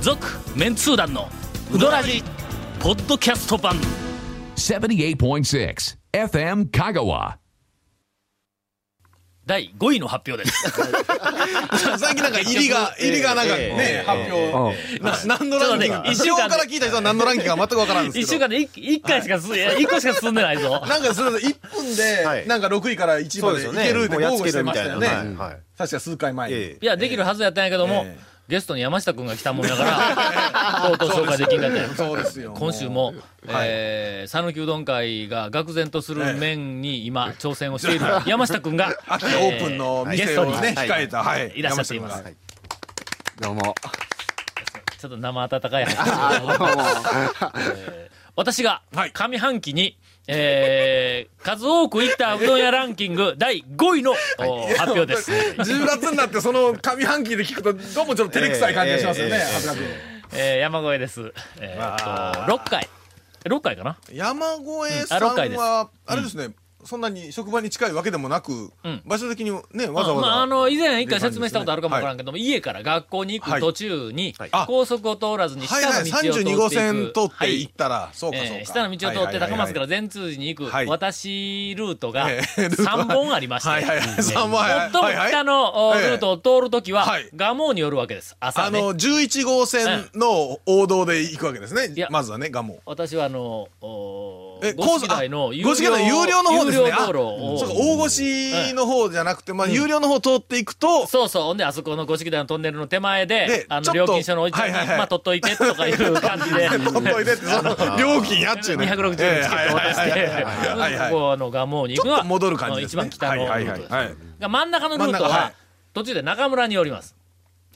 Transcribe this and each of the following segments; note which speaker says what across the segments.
Speaker 1: 続メンツー団のウドラジポッドキャスト版
Speaker 2: 78.6 FM Kagawa.
Speaker 1: 第5位の発表です。
Speaker 3: 最近なんか入り が、入りがなんかね、発表。な何のランキング
Speaker 1: ちょっとね
Speaker 3: か。
Speaker 1: 一
Speaker 3: 一
Speaker 1: 週
Speaker 3: 週
Speaker 1: 間
Speaker 3: 間
Speaker 1: で
Speaker 3: から聞いた人は何のランキングか全くわからんですけ
Speaker 1: 一
Speaker 3: ど。
Speaker 1: 週間で一一回しか 進ん、いや一個しか進んでないぞ。
Speaker 3: なんかすみません、1分
Speaker 4: は
Speaker 3: で、
Speaker 4: い
Speaker 3: なんか6位から1位
Speaker 4: そ
Speaker 3: ま
Speaker 4: うで
Speaker 3: ですい
Speaker 4: よ
Speaker 3: け
Speaker 4: ね。
Speaker 3: るって
Speaker 4: もうやっ
Speaker 3: 豪
Speaker 4: つ
Speaker 3: 語
Speaker 4: け
Speaker 3: して
Speaker 4: るみ
Speaker 3: ました
Speaker 4: い
Speaker 3: た
Speaker 4: な。
Speaker 3: よ
Speaker 4: は
Speaker 3: ね。
Speaker 4: いはい。
Speaker 3: 確か数回前に。
Speaker 4: え
Speaker 1: いや、できるはずやったんやけども
Speaker 3: ええ、
Speaker 1: ゲストに山下くんが来たもんだ から、とうとう紹介できんかったんや
Speaker 3: そうですよ。
Speaker 1: 今週も、えー、讃岐うどん会が愕然とする面に今、挑戦をしている山下くんが、
Speaker 3: 秋オ
Speaker 1: え
Speaker 3: ープンの
Speaker 1: ゲス
Speaker 3: 店
Speaker 1: ト
Speaker 3: を
Speaker 1: に
Speaker 3: ね、
Speaker 4: はい
Speaker 3: 控えた、はい。
Speaker 1: いらっしゃっています
Speaker 3: 山下君が。
Speaker 5: どうも。
Speaker 1: ちょっと生温かい話をえー私が
Speaker 3: はい
Speaker 1: 上半期に、えー、数多く行ったうどん屋ランキング第5位の、お発表です。
Speaker 3: 10月になってその上半期で聞くと、どうもちょっと照れくさい感じがしますよね、
Speaker 4: ええええ
Speaker 3: 長谷川
Speaker 1: えー、山越えです。えー、っと、6回。6回かな
Speaker 3: 君山越
Speaker 1: う
Speaker 3: さ
Speaker 1: んあ六
Speaker 3: ん
Speaker 1: 回です
Speaker 3: は、あれですね、そんなに職場に近いわけでもなく
Speaker 1: ん、
Speaker 3: 場所的にね、わざ
Speaker 1: まあ、あ
Speaker 3: わざ。
Speaker 1: の、以前一回説明したことあるかもわからんけども、家から学校に行く途中に、高速を通らずに下
Speaker 3: はい
Speaker 1: の
Speaker 3: はい、
Speaker 1: 道を通ってい
Speaker 3: 32
Speaker 1: く。
Speaker 3: 号線通って
Speaker 1: はい
Speaker 3: 行ったら、そうかそう
Speaker 1: えー
Speaker 3: か。
Speaker 1: 下の道を通って高松から善通寺に行
Speaker 3: はい
Speaker 1: く私ルートが
Speaker 3: ええルートは
Speaker 1: 3本ありまして、
Speaker 3: はいはいはい
Speaker 1: えー
Speaker 3: 三本はい
Speaker 1: 最も
Speaker 3: はいはい
Speaker 1: 北のお
Speaker 3: ええ
Speaker 1: ルートを通るときは
Speaker 3: はい、
Speaker 1: 蒲生に寄るわけです。朝
Speaker 3: あ
Speaker 1: ね。
Speaker 3: の、11号線の王道で行くわけですね
Speaker 1: や。
Speaker 3: まずはね、ガモ。
Speaker 1: 私はあの、お
Speaker 3: え
Speaker 1: 五色台の
Speaker 3: あ
Speaker 1: 有
Speaker 3: 五色台の有料の方ですね
Speaker 1: 有料道路
Speaker 3: あ
Speaker 1: を。
Speaker 3: そうか、大越の方じゃなくて、まあ、有料の方通っていくと、
Speaker 1: そうそう。ほんで、あそこの五色台のトンネルの手前で
Speaker 3: で、
Speaker 1: あ
Speaker 3: ち
Speaker 1: の、
Speaker 3: ょっと
Speaker 1: 料金所のおじちゃん
Speaker 3: はいはい
Speaker 1: が、
Speaker 3: はい
Speaker 1: まあ、取っといて、とかいう感じ で。
Speaker 3: 取っといでって、その、料金やっちゅうね。
Speaker 1: 260円チケットを渡して、
Speaker 3: ええはいはいはいはいはいはい
Speaker 1: ここあの蒲生に行く
Speaker 3: ち
Speaker 1: の
Speaker 3: ょっ
Speaker 1: は
Speaker 3: と戻る感じ
Speaker 1: あの
Speaker 3: で
Speaker 1: 一
Speaker 3: すね。
Speaker 1: 番北のルート
Speaker 3: は
Speaker 1: で
Speaker 3: い
Speaker 1: す、
Speaker 3: はいはい。
Speaker 1: が真ん中のルート
Speaker 3: 真ん中は
Speaker 1: はい途中で中村に寄ります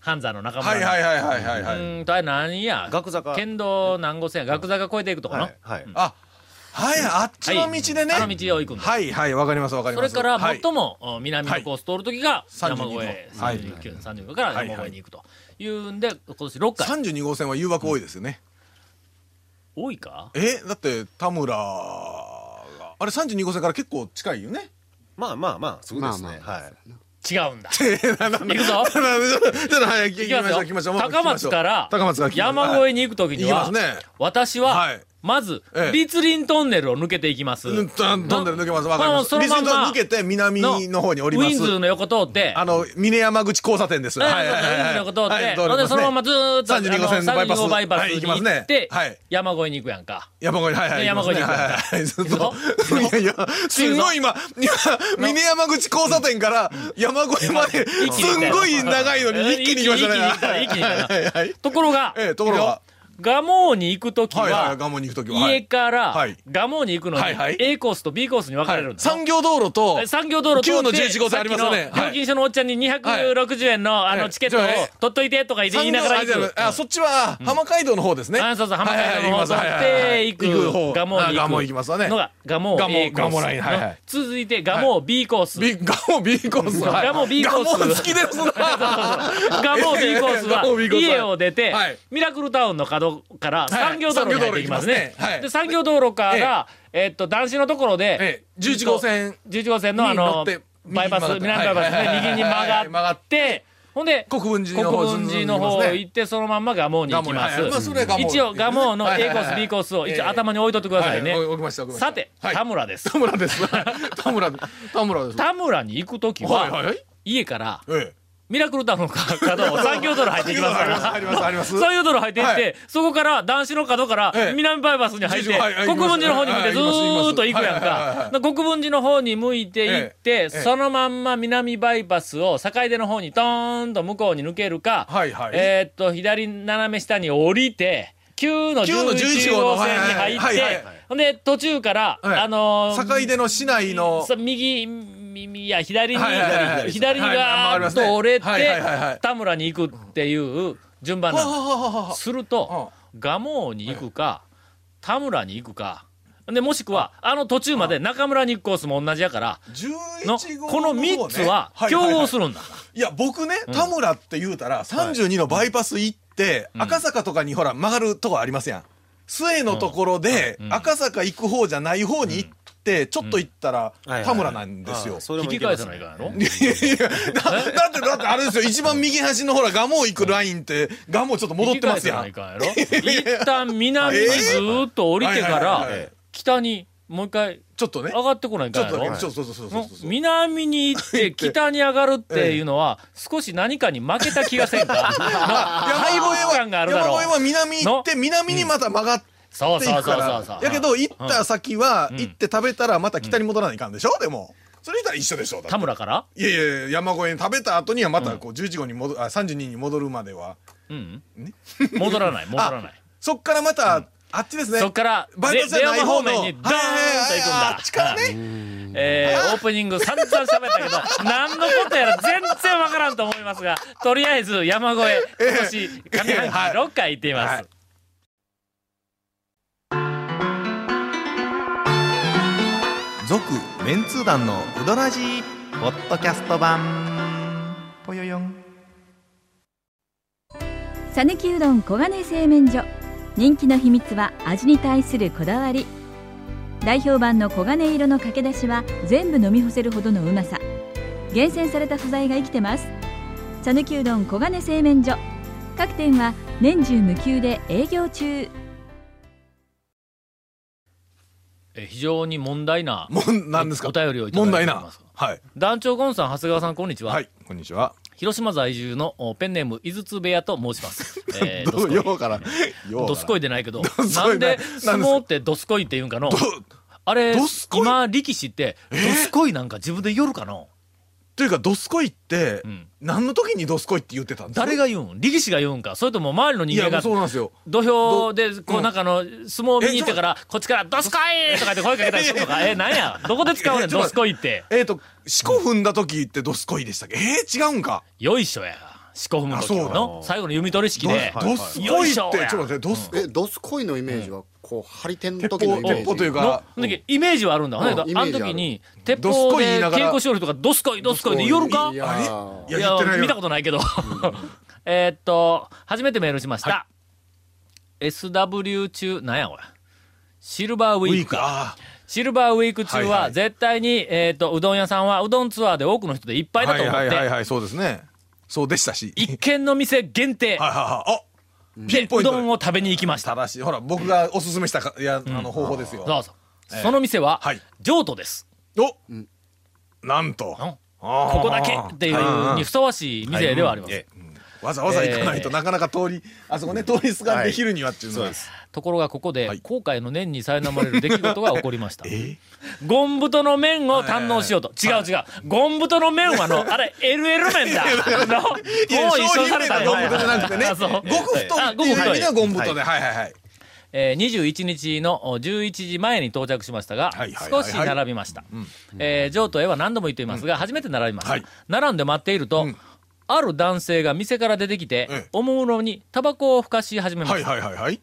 Speaker 1: 半山の中村
Speaker 3: はい
Speaker 1: に
Speaker 3: はいはいはいはいは
Speaker 1: う
Speaker 3: い。
Speaker 1: ーんとあれ何や
Speaker 4: 学坂
Speaker 1: 県道南五線や学坂越えていくとこの、
Speaker 4: はいはい。
Speaker 3: あ、はい、あっちの道でね。
Speaker 1: あの道を行くんです、
Speaker 3: はいはい、わかりますわかり
Speaker 1: そ
Speaker 3: ま
Speaker 1: れ
Speaker 3: す。
Speaker 1: から
Speaker 3: はい
Speaker 1: 最もお南のコース通るときが
Speaker 3: はい
Speaker 1: 山越え
Speaker 3: 32号はい
Speaker 1: 39 35から山越えに行くというんで今年6回
Speaker 3: 32号線は誘惑多いですよね。
Speaker 1: 多いか
Speaker 3: え、だって、田村が、あれ32号線から結構近いよね。
Speaker 4: まあまあまあ、すぐですね。
Speaker 5: まあま
Speaker 4: はい。
Speaker 1: 違うんだ行くぞ
Speaker 3: ちょっとちょっと早く行
Speaker 1: 行
Speaker 3: き
Speaker 1: き
Speaker 3: ましょ
Speaker 1: ま
Speaker 3: う、行きますしょ
Speaker 1: よ
Speaker 3: う。もう
Speaker 1: 高松から
Speaker 3: 高松から来ましょう
Speaker 1: 山越えに行くときには
Speaker 3: 行きますね
Speaker 1: 私
Speaker 3: は
Speaker 1: はいまず
Speaker 3: ええ
Speaker 1: 立林トンネルを抜けていきます
Speaker 3: うんとどんどん抜けます。わかり
Speaker 1: まあ
Speaker 3: ます。
Speaker 1: その
Speaker 3: リス
Speaker 1: まん
Speaker 3: ン
Speaker 1: ま
Speaker 3: と抜けて南の方におります
Speaker 1: ウィン。ズの横通って
Speaker 3: あの、峰山口交差点です。
Speaker 1: はいはいはいのこと
Speaker 3: はい
Speaker 1: で、
Speaker 3: 通り
Speaker 1: ほんで、そのままずーっと、
Speaker 3: 32号線の
Speaker 1: あの32号バ
Speaker 3: バ
Speaker 1: イ
Speaker 3: イ
Speaker 1: パ
Speaker 3: パ
Speaker 1: スに
Speaker 3: スはい行きま
Speaker 1: 行っ
Speaker 3: す
Speaker 1: て
Speaker 3: ねはい、山
Speaker 1: 山越えに行くやんか。
Speaker 3: 山越え、はいはい。
Speaker 1: 山越えに行く
Speaker 3: はいはいはい。ず
Speaker 1: 行
Speaker 3: っ
Speaker 1: くぞ
Speaker 3: と。いやいや、すんごい今、今峰山口交差点から山越えまで、
Speaker 1: 一気に行
Speaker 3: す
Speaker 1: った
Speaker 3: ん
Speaker 1: よ
Speaker 3: ごい長いのに一気に行きましたね。
Speaker 1: 一気に行った一気に行った
Speaker 3: はいはいはい。
Speaker 1: ところが、
Speaker 3: ええところが
Speaker 1: ガモに行くとき
Speaker 3: はいはいは
Speaker 1: は、
Speaker 3: い、ガモに行くときは。は
Speaker 1: 家
Speaker 3: い
Speaker 1: から
Speaker 3: はい
Speaker 1: ガモに行くのに
Speaker 3: はいはい、
Speaker 1: A コースと B コースに分かれるんですよ。
Speaker 3: 産業道路と
Speaker 1: え、産業道路通
Speaker 3: 9の
Speaker 1: って、
Speaker 3: 11号線ありますよね
Speaker 1: さっきの
Speaker 3: はい
Speaker 1: 料金所のおっちゃんに260円のあ
Speaker 3: は
Speaker 1: の
Speaker 3: い
Speaker 1: チケットを
Speaker 3: じゃあえ
Speaker 1: 取っといてとか言いながら行
Speaker 3: 産業
Speaker 1: く
Speaker 3: あ。じゃああそっちは浜街道の方ですね。
Speaker 1: あそうそう、浜
Speaker 3: はいは
Speaker 1: 海
Speaker 3: い
Speaker 1: 道の方を取ってい
Speaker 3: 行く
Speaker 1: く、
Speaker 3: 方
Speaker 1: ガモに行く。
Speaker 3: あガモ行きますわね
Speaker 1: のが、ガモ A コース
Speaker 3: ガモラインはいはい
Speaker 1: の続いて、ガモ B コース。
Speaker 3: ビガモ B コースは
Speaker 1: ガモ B コース
Speaker 3: ガモ好 きですな。
Speaker 1: ガモ B コースは
Speaker 3: ガモ B コースはい
Speaker 1: 家を出て
Speaker 3: はい、
Speaker 1: ミラクルタウンの角から産業道路に入っていきますね
Speaker 3: 産業道路行きますねは。い
Speaker 1: で、産業道路から、えっと、男子のところで
Speaker 3: え、え11号線
Speaker 1: 11号線のあ
Speaker 3: に乗
Speaker 1: の
Speaker 3: って、
Speaker 1: バイパス、
Speaker 3: 右に曲がっ
Speaker 1: 南バイパス
Speaker 3: てはいはいは
Speaker 1: ね
Speaker 3: い、
Speaker 1: 右に曲
Speaker 3: 曲
Speaker 1: が
Speaker 3: が
Speaker 1: っ、
Speaker 3: って
Speaker 1: ほんで、
Speaker 3: 国分寺の方
Speaker 1: 国分寺の方
Speaker 3: ずんずん行きますね
Speaker 1: 行って、そのまんまガモに行きま
Speaker 3: 蒲生はいまあ
Speaker 1: す
Speaker 3: それは。蒲生
Speaker 1: 一応、ガモの
Speaker 3: はい
Speaker 1: A
Speaker 3: は
Speaker 1: コ
Speaker 3: いはい
Speaker 1: ース、B コースを一
Speaker 3: ええ
Speaker 1: 応頭に置いとってくださいね
Speaker 3: は。置きました置きました
Speaker 1: さて、
Speaker 3: はい
Speaker 1: 田村です。
Speaker 3: 田村です。 田村、田村です。
Speaker 1: 田村に行くとき
Speaker 3: はいはいは、
Speaker 1: はい家から、
Speaker 3: ええ。
Speaker 1: ミラクルタウンの角を産業道路入っていきますか
Speaker 3: あ
Speaker 1: ら
Speaker 3: り。ます、あります。
Speaker 1: 産業道路入っていって、
Speaker 3: は
Speaker 1: そこから男子の角から
Speaker 3: ええ
Speaker 1: 南バイパスに入って、
Speaker 3: 十字はいはい
Speaker 1: 国分寺の方に向いて
Speaker 3: はい
Speaker 1: ず
Speaker 3: はい行きます
Speaker 1: ーっと行くやん
Speaker 3: はいはいはい
Speaker 1: か
Speaker 3: は。い
Speaker 1: で国分寺の方に向いて行って、
Speaker 3: ええ
Speaker 1: そのまんま南バイパスを境出の方にトーンと向こうに抜けるか、
Speaker 3: はいはい
Speaker 1: えーっと、左斜め下に降りて、9の
Speaker 3: 9の
Speaker 1: 11
Speaker 3: 11
Speaker 1: 号
Speaker 3: 号
Speaker 1: 線に入っ
Speaker 3: はいはいはい
Speaker 1: て
Speaker 3: はい、
Speaker 1: ほんで途中から、
Speaker 3: はい
Speaker 1: あのー
Speaker 3: 境出の市内の、
Speaker 1: さ右耳や左に、
Speaker 3: はいはいはいはい
Speaker 1: 左に
Speaker 3: はい
Speaker 1: ガ
Speaker 3: 回り
Speaker 1: ー
Speaker 3: ま
Speaker 1: ッ
Speaker 3: すね
Speaker 1: と折れ
Speaker 3: はいは
Speaker 1: て
Speaker 3: いはいはい
Speaker 1: 田村に行くっていう順番
Speaker 3: は
Speaker 1: な
Speaker 3: は
Speaker 1: の
Speaker 3: ははは
Speaker 1: すると蒲生に行くか田村に行くかでもしくはあの途中まで中村に行くコースも同じやからの
Speaker 3: 11号
Speaker 1: この
Speaker 3: 方ね
Speaker 1: 3つは競合するんだ
Speaker 3: いや、僕ね、田村って言うたら、32のバイパス行って、赤坂とかにほら、曲がるとこありますやん。末のところで、赤坂行く方じゃない方に行って、って、ちょっと行ったら、
Speaker 4: はいはい
Speaker 3: 田村なんですよ
Speaker 4: あ。それ
Speaker 1: 引
Speaker 4: も
Speaker 1: き
Speaker 4: いけ
Speaker 1: 返
Speaker 4: ます
Speaker 1: さないからやろ
Speaker 3: いやいやいやだだって、だってあれですよ、一番右端のほら、ガモ行くラインって、ガモちょっと戻ってますや
Speaker 1: 引
Speaker 3: ん
Speaker 1: き。返さないかんやろ一旦南にずーっと降りてか
Speaker 3: はい
Speaker 1: ら
Speaker 3: はいはいはい
Speaker 1: 北にもう一回
Speaker 3: ちょっとね。
Speaker 1: 上がってこない
Speaker 3: ち
Speaker 1: か
Speaker 3: ょ
Speaker 1: ん
Speaker 3: っ
Speaker 1: や
Speaker 3: と
Speaker 1: ろ
Speaker 3: ね、ちょっと、そうそうそうそうそう。
Speaker 1: 南に行って北に上がるっていうのは少し何かに負けた気がせん か敗北感があるだ
Speaker 3: 山
Speaker 1: ろ
Speaker 3: 越えは南行って、南にまた曲がって
Speaker 1: そう
Speaker 3: い
Speaker 1: そう
Speaker 3: くか
Speaker 1: そうそうそ
Speaker 3: ら。
Speaker 1: う
Speaker 3: やけど、行っ
Speaker 1: う
Speaker 3: た先は、
Speaker 1: ん
Speaker 3: 行って食べたらまた北に戻らないかんでしょでも。それ言ったら一緒でしょだって
Speaker 1: 田村から
Speaker 3: いやいや、山越えに食べた後にはまたこう11号に戻る、あ、32に戻るまでは。
Speaker 1: うん、戻 らない戻らない
Speaker 3: そっからまた、あっちですね。
Speaker 1: そっから
Speaker 3: バイパスじゃない方の。
Speaker 1: 出山方面にダーンと行くんだ
Speaker 3: あっちからね。
Speaker 1: えー、オープニング散々喋ったけ ど何のことやら全然わからんと思いますがとりあえず山越え今年上
Speaker 3: ええは
Speaker 1: 半
Speaker 3: い
Speaker 1: 期6回行っています、
Speaker 3: はい
Speaker 6: 続メンツー団のウドラジーポッドキャスト版ぽよよん
Speaker 7: さぬきうどん黄金製麺所人気の秘密は味に対するこだわり代表版の黄金色のかけだしは全部飲み干せるほどのうまさ厳選された素材が生きてますさぬきうどん黄金製麺所各店は年中無休で営業中
Speaker 1: えー非常に問題な
Speaker 3: もん、なんですか
Speaker 1: お便りをいただいて
Speaker 3: 問
Speaker 1: お
Speaker 3: 題
Speaker 1: り
Speaker 3: な
Speaker 1: ます。
Speaker 3: はい。
Speaker 1: 団長ゴンさん長谷川さんこんにちは、
Speaker 3: はい。こんにちは。
Speaker 1: 広島在住のおペンネーム井筒部屋と申し ます、えー
Speaker 3: どう、
Speaker 1: どす
Speaker 3: よ
Speaker 1: こ
Speaker 3: うから。よう
Speaker 1: い
Speaker 3: から
Speaker 1: どすこいでないけど
Speaker 3: すこ
Speaker 1: ないんで
Speaker 3: ない
Speaker 1: 相撲ってどすこいって言うんかのあれ
Speaker 3: どすこい
Speaker 1: 今力士ってどすこいなんか自分で言るかの、
Speaker 3: というか、どすこいって
Speaker 1: う、ん、
Speaker 3: 何の時にどすこいって言ってたんですか
Speaker 1: 誰が言うん力士が言うんかそれとも周りの
Speaker 3: い
Speaker 1: 人間
Speaker 3: や、も
Speaker 1: が
Speaker 3: うそうなんですよ。
Speaker 1: 土俵で、こ
Speaker 3: う
Speaker 1: う、
Speaker 3: ん
Speaker 1: なんかあの、相撲見に行ってから、こっちから、ドスコイとかって声かけたりするの か、え、なんや、どこで使うねん、
Speaker 3: いやちょっ
Speaker 1: ド
Speaker 3: と待って
Speaker 1: スコイって。
Speaker 3: えっと、四股踏んだ時ってどすこいでしたっけえー、違うんか。
Speaker 1: よいしょや。四股踏む時
Speaker 3: あ
Speaker 1: の、最後の弓取り式
Speaker 3: ど
Speaker 1: で、
Speaker 3: どす
Speaker 1: よ
Speaker 3: こ
Speaker 1: い
Speaker 3: い
Speaker 1: し
Speaker 3: って、ちょ
Speaker 1: ょ
Speaker 3: っと
Speaker 1: や。
Speaker 3: 待って、どすこい。
Speaker 5: え、ドスコイのイメージは、こう、張り手の
Speaker 3: 鉄
Speaker 5: 時の
Speaker 3: 砲、
Speaker 5: イメージ。
Speaker 3: 鉄砲という
Speaker 5: か。
Speaker 1: の
Speaker 3: か、、
Speaker 1: その時イメージはあるんだ。ほんで
Speaker 5: うんイメ
Speaker 1: あ
Speaker 5: ー
Speaker 1: の
Speaker 5: ジある
Speaker 1: 時に、鉄
Speaker 3: どす
Speaker 1: 砲
Speaker 3: こい言
Speaker 1: で
Speaker 3: いながら
Speaker 1: 稽古しよるとか、ドスコイ、ドスコイで夜か
Speaker 5: いや
Speaker 3: いや、言ってないよ。
Speaker 1: 見たことないけど。えーっと、初めてメールしました。SW 中、なんや、これ。シルバーウ
Speaker 3: ウ
Speaker 1: ィ
Speaker 3: ィ
Speaker 1: ー
Speaker 3: ー
Speaker 1: ク
Speaker 3: ク。
Speaker 1: か。
Speaker 3: あ
Speaker 1: シルバーウィーク中
Speaker 3: はいは
Speaker 1: はい絶対に、えっ、と、うどん屋さんはうどんツアーで多くの人でいっぱ
Speaker 3: あ。
Speaker 1: いだ
Speaker 3: は
Speaker 1: と
Speaker 3: い
Speaker 1: 思っ
Speaker 3: はいはい
Speaker 1: て、
Speaker 3: はい、そうですね。そうでしたし。
Speaker 1: 一軒の店限定
Speaker 3: はいはいはい。あピ
Speaker 1: で
Speaker 3: ンポ
Speaker 1: う
Speaker 3: イント
Speaker 1: ど
Speaker 3: で
Speaker 1: んを食べに行きました。
Speaker 3: 正しい。ほら、僕がおすすめしたか、いや、あの、方法ですよ。
Speaker 1: そうそう。その店は
Speaker 3: はい、
Speaker 1: 譲渡です。
Speaker 3: おなんと。
Speaker 1: うん
Speaker 3: あー
Speaker 1: ここだけっていうにふさわしい店ではあります。
Speaker 4: え
Speaker 3: わざわざ行かないと
Speaker 1: えー
Speaker 3: なかなか通り、あそこね、通りすができるにはっていうのは。
Speaker 1: ところがここで
Speaker 3: はい、
Speaker 1: 後悔の念に苛まれる出来事が起こり ました。ゴン太の麺を堪能しようと。違う違う。ゴン太の麺はの、あ れ、LL 麺だ。のもう
Speaker 3: いや
Speaker 1: 一緒にされたん
Speaker 3: 商
Speaker 1: や
Speaker 3: 品名がゴム太じゃなくてね
Speaker 1: あそう
Speaker 3: 極太
Speaker 1: あ
Speaker 3: って
Speaker 1: 極
Speaker 3: いう意
Speaker 1: 太
Speaker 3: 味ではゴム太で、はいはいはい。
Speaker 1: えー21日のお11時前に到着しましたが、
Speaker 3: はいはいはい
Speaker 1: 少
Speaker 3: はい
Speaker 1: し並びました。えー譲渡へは何度も言っていますが、初めて並びました。
Speaker 3: はい
Speaker 1: 並んで待っていると、
Speaker 3: うん
Speaker 1: ある男性が店から出てきて、
Speaker 3: ええ
Speaker 1: おもむろにタバコをふかし始めました。
Speaker 3: はいはいはいはい。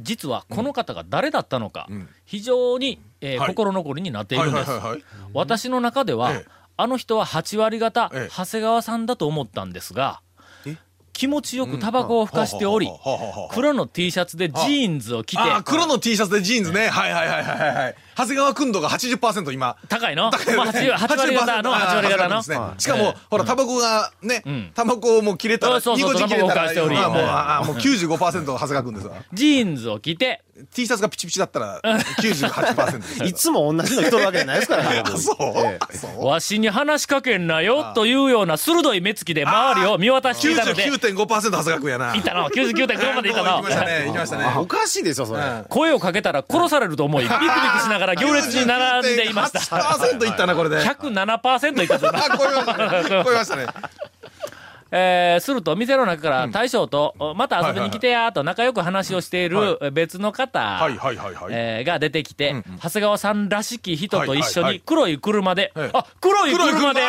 Speaker 1: 実はこの方が誰だったのか、
Speaker 3: ん
Speaker 1: 非常に、えー
Speaker 3: はい
Speaker 1: 心残りになってい
Speaker 3: は
Speaker 1: る
Speaker 3: い
Speaker 1: んで
Speaker 3: はい
Speaker 1: す。
Speaker 3: はいはい。
Speaker 1: 私の中では、
Speaker 3: ええ
Speaker 1: あの人は8割方、
Speaker 3: ええ
Speaker 1: 長谷川さんだと思ったんですが、気持ちよくタバコをふかしており
Speaker 3: は、あはあはあはあ
Speaker 1: 黒の T シャツでジーンズを着て、
Speaker 3: ああ、黒の T シャツでジーンズね。はいはいはいはいはいはい。長谷川くんどが80%今。
Speaker 1: 高いの、まあ、8, 割方の
Speaker 3: あ
Speaker 1: 8
Speaker 3: ー
Speaker 1: 割方
Speaker 3: で
Speaker 1: の
Speaker 3: すね。しかも、ほら、タバコが
Speaker 1: うん
Speaker 3: ね、タバコをもう切れたら、
Speaker 1: あそうそう
Speaker 3: ニコチン切れた
Speaker 1: タバコを返し
Speaker 3: ら、
Speaker 1: ており
Speaker 3: まあもう、
Speaker 1: ええ
Speaker 3: あーもう95%長谷川くんですわ。
Speaker 1: ジーンズを着て
Speaker 3: T シャツがピチピチだっ たら、98%です。
Speaker 4: いつも同じの着とるわけじゃないですからね。
Speaker 3: あそう
Speaker 4: ええ
Speaker 3: あそう
Speaker 1: わしに話しかけんなよというような鋭い目つきで周りを見渡していたので
Speaker 3: 99.5%長谷川くんやな。
Speaker 1: いたの99.5までいたの
Speaker 3: 行きましたね、行きましたね。
Speaker 4: おかしいでしょ、それ。
Speaker 3: うん
Speaker 1: 声をかけたら殺されると思いビクビクしながら行列に並んでいました
Speaker 3: 99.8%いったな、これで。
Speaker 1: 107%いたぞな、
Speaker 3: あ、超えましたね。超えましたね。
Speaker 1: えーすると店の中から大将と、また遊びに来てや」と仲良く話をしてい
Speaker 3: は
Speaker 1: る別の方、
Speaker 3: はいはいはいはい。
Speaker 1: えーが出てきて、長谷川さんらしき人と一緒
Speaker 3: はいはいは
Speaker 1: に
Speaker 3: い
Speaker 1: 黒い車で、
Speaker 3: ええ
Speaker 1: あ黒い
Speaker 3: 黒い
Speaker 1: 車
Speaker 3: 車
Speaker 1: で
Speaker 3: で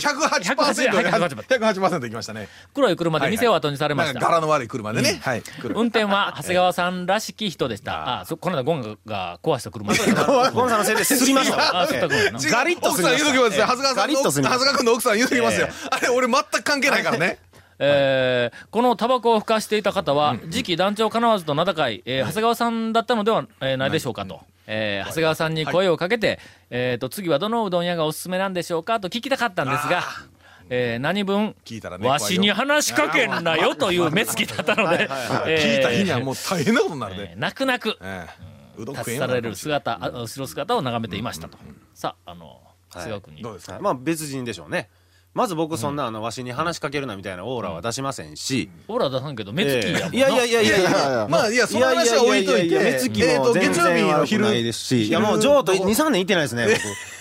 Speaker 3: 108%で
Speaker 1: 108%
Speaker 3: 108%いきましたね。
Speaker 1: 黒い車で店を後にされまし
Speaker 3: なん
Speaker 1: た
Speaker 3: か、柄の悪い車でね。はい。
Speaker 1: 運転は長谷川さんらしき人でした。ああそこの間ゴンがが壊した車。あ
Speaker 4: ゴンさんのせいですりましたわ。
Speaker 1: あ、そうだごめんな
Speaker 3: 違う
Speaker 4: ガリッと
Speaker 3: 奥
Speaker 4: す
Speaker 3: さん
Speaker 4: る
Speaker 3: 言うときますよ。長谷川さ
Speaker 4: ガ
Speaker 3: ん
Speaker 4: リ
Speaker 3: の
Speaker 4: ッと
Speaker 3: 奥
Speaker 4: す
Speaker 3: さん、
Speaker 4: る
Speaker 3: 長谷川君の奥さん言うときますよ。あれ、俺全く関係ないからね。
Speaker 1: えーこのタバコをふかしていた方は、次期団長かなわずと名高い、えー長谷川さんだったのではえーないでしょうかと。えー長谷川さんに声をかけて、えーと、次はどのうどん屋がおすすめなんでしょうかと聞きたかったんですが、えー何分、
Speaker 3: 聞いたらね
Speaker 1: わしに話しかけんなよという目つきだ ったので、
Speaker 3: 聞いた日には
Speaker 1: う、
Speaker 3: もう大変なことになる
Speaker 1: え
Speaker 3: ね
Speaker 1: ー泣く泣く、
Speaker 3: ええうどん食
Speaker 1: 立
Speaker 3: え
Speaker 1: ち
Speaker 3: ん
Speaker 1: 去
Speaker 3: わ
Speaker 1: られる姿、あ後ろ姿を眺めていましたと。さあ、あの、長谷川君に。
Speaker 3: どうですか
Speaker 4: まあ別人でしょうね。まず僕そんなあのわしに話しかけるなみたいなオーラは出しませんし。
Speaker 1: オーラ出さんけど、目
Speaker 4: え
Speaker 1: つきやもん
Speaker 4: え
Speaker 1: な。
Speaker 4: いやいやいやいやいや。
Speaker 3: まあいやその話は置いといて
Speaker 4: やややや目つき
Speaker 3: えーと
Speaker 4: も全
Speaker 3: 月曜日
Speaker 4: 然
Speaker 3: の
Speaker 4: 悪く
Speaker 3: 昼
Speaker 4: ないですし。いやもう
Speaker 3: 昼
Speaker 4: 上と2、3年行ってないですね、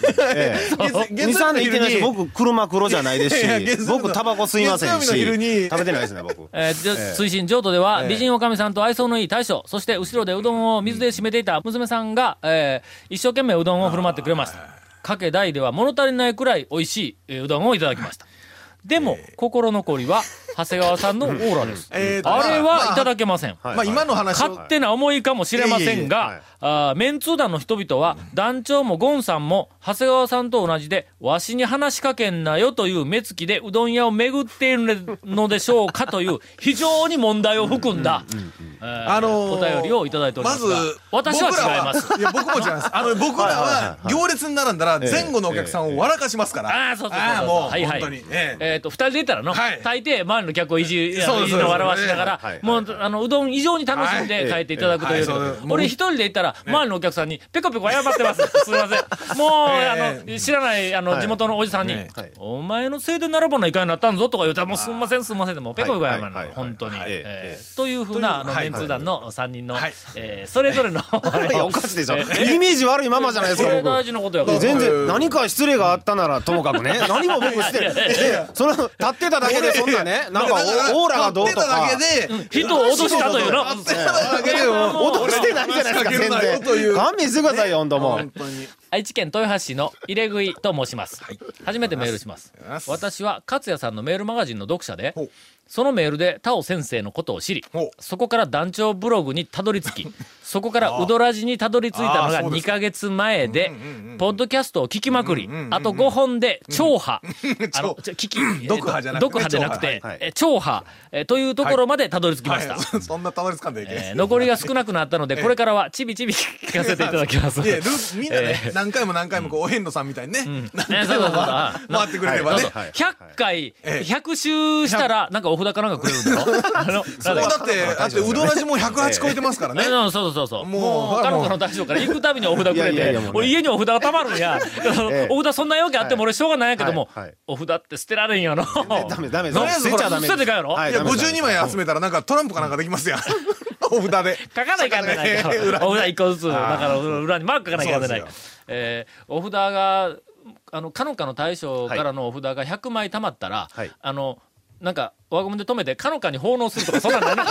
Speaker 4: 僕。ええ
Speaker 3: 月
Speaker 4: 二三年行ってないし、僕、車黒じゃないです
Speaker 3: いやいや月曜
Speaker 4: し、
Speaker 3: 日の
Speaker 4: 僕、タバコ吸いません
Speaker 3: 月
Speaker 4: し、
Speaker 3: 曜日の昼に
Speaker 4: 食べてないです ね、僕。
Speaker 1: えーじゃ推進譲渡では、美人おかみさんと愛想のいい大将、そして後ろでうどんを水で締めていた娘さんが、えー一生懸命うどんを振る舞ってくれました。かけ大では物足りないくらい美味しい、えーうどんをいただきました。でも、心残りは、長谷川さんのオーラです。
Speaker 3: えーと
Speaker 1: あれ
Speaker 3: まあ
Speaker 1: はいただけません。
Speaker 3: まあ今の話を
Speaker 1: 勝手な思いかもしれません
Speaker 4: いえいえ
Speaker 1: が、あーメンツー団の人々は、団長もゴンさんも、長谷川さんと同じで、わしに話しかけんなよという目つきで、うどん屋を巡っているのでしょうかという、非常に問題を含んだ、えー
Speaker 3: あの
Speaker 1: お
Speaker 3: ー
Speaker 1: 便りをいただいておりま
Speaker 3: ますず
Speaker 1: が、、私は
Speaker 3: 僕ら
Speaker 1: 違います。。
Speaker 3: いや、僕も違います。あの、僕らは行列に並んだら前後のお客さんを笑かしますから。
Speaker 1: ああ、そうそうそうそう
Speaker 3: ああ、もう、
Speaker 1: はいはい
Speaker 3: 本当に。ええ
Speaker 1: えっ、と、二人でいたらの、
Speaker 3: はい
Speaker 1: 大抵周りの客をいじ、あ
Speaker 3: そう
Speaker 1: の
Speaker 3: で
Speaker 1: い
Speaker 3: す
Speaker 1: じの笑わしながら、
Speaker 4: そうです
Speaker 1: もう、あの、うどん以上に楽しんで
Speaker 4: はい
Speaker 1: 帰っていただくというので、
Speaker 3: はいはいそう
Speaker 1: 俺
Speaker 3: もう
Speaker 1: 一人で行ったら、周りのお客さんに、ペコペコ謝ってます。 すいません。もう、
Speaker 3: え
Speaker 1: あの、知らない、あの、地元のおじさんに、
Speaker 3: え
Speaker 4: はい
Speaker 1: お前のせいで並ばないかになったんぞとか言うたら、もうすんません、すんませんで、もうペコペコ謝るの、
Speaker 4: はいはいはいはい
Speaker 1: 本当に。
Speaker 4: はい
Speaker 1: え
Speaker 4: え
Speaker 1: ーというふうな、あの、
Speaker 3: とい
Speaker 1: メン
Speaker 3: う
Speaker 1: ツ団の3人の、
Speaker 3: はい
Speaker 1: えーそれぞれ の、あ
Speaker 4: い
Speaker 1: れ
Speaker 4: や、
Speaker 1: を
Speaker 4: おかしいでしょ。イメージ悪いままじゃないです
Speaker 1: こ
Speaker 4: か、
Speaker 1: れ
Speaker 4: 僕。
Speaker 1: 大事なことやから。
Speaker 4: 全然、何か失礼があったならともかく ね。何も僕して、で、その、立ってただけでそんなね、なんか
Speaker 3: だら
Speaker 4: おオーラがどうと
Speaker 3: 立
Speaker 4: か
Speaker 3: っ。てただけで、
Speaker 1: 人を脅したというの。
Speaker 3: 立ってただけで
Speaker 1: うん
Speaker 3: も、
Speaker 4: 脅してないじゃないですか、全然。勘弁してくださいよ、ほんともう。
Speaker 1: 愛知県豊橋市の入れ食いと申します。初めてメールします。私は勝也さんのメールマガジンの読者で
Speaker 3: ほう、
Speaker 1: そのメールで田尾先生のことを知り
Speaker 3: ほう、
Speaker 1: そこから団長ブログにたどり着 き、そこからうどらじにたどり着いたの
Speaker 3: あー
Speaker 1: が
Speaker 3: そうで
Speaker 1: 2
Speaker 3: すか
Speaker 1: ヶ月前で
Speaker 3: うんうんうんう、ん
Speaker 1: ポッドキャストを聞きまくり
Speaker 3: うんうんうんう、ん
Speaker 1: あと5本で超 波、
Speaker 3: 超
Speaker 1: あのちょ聞き、えー
Speaker 3: 読破じゃなくてね
Speaker 1: 読破じゃなくて
Speaker 4: 超波はい、
Speaker 1: えー超波えーというところまでたどり着きました
Speaker 3: は。い そんなたまりつかんでいけ。
Speaker 1: えー残りが少なくなった ので、これからはちびちび聞かせていただきます。
Speaker 3: いや、ルーみんなね、何回も何回も、こう、お遍路さんみたいにね、何回も
Speaker 1: あそうそうそう
Speaker 3: 回ってくれればね
Speaker 1: そう。そう100回、
Speaker 3: ええ
Speaker 1: 100周したら、なんかお札かなんかくれるんだ ろあの、
Speaker 3: そこだって、だって、うどらじも108超えてますからね。
Speaker 1: えうんそうそうそうそう。
Speaker 3: もう
Speaker 1: もう、彼女の大将から行くたびにお札くれ
Speaker 4: いやいやい
Speaker 1: て
Speaker 4: やもう、ね
Speaker 1: 俺家にお札がたまるんや。
Speaker 4: ええ
Speaker 1: お札そんなわけあっても俺しょうがないんやけども
Speaker 4: はいはい、
Speaker 1: お札って捨てられんやろ。
Speaker 4: ダメ、ダメ、
Speaker 1: とりあ
Speaker 4: ダメ。
Speaker 1: えず
Speaker 4: 捨てちゃダメ
Speaker 1: これ捨てて帰ろ
Speaker 4: はいい
Speaker 3: や、
Speaker 4: ダメダメ
Speaker 3: 52枚集めたら、なんかトランプかなんかできま すやん。お札で。
Speaker 1: 書かないかんでないから。お札一個ずつ、だから裏にマーク書かないかんでない
Speaker 3: そうで。
Speaker 1: えーお札が、あの、かのかの大将からのお札が100枚貯まったら
Speaker 4: はい、
Speaker 1: あの、なんか、輪ゴムで止めて、かのかに奉納するとか、そんなんないな。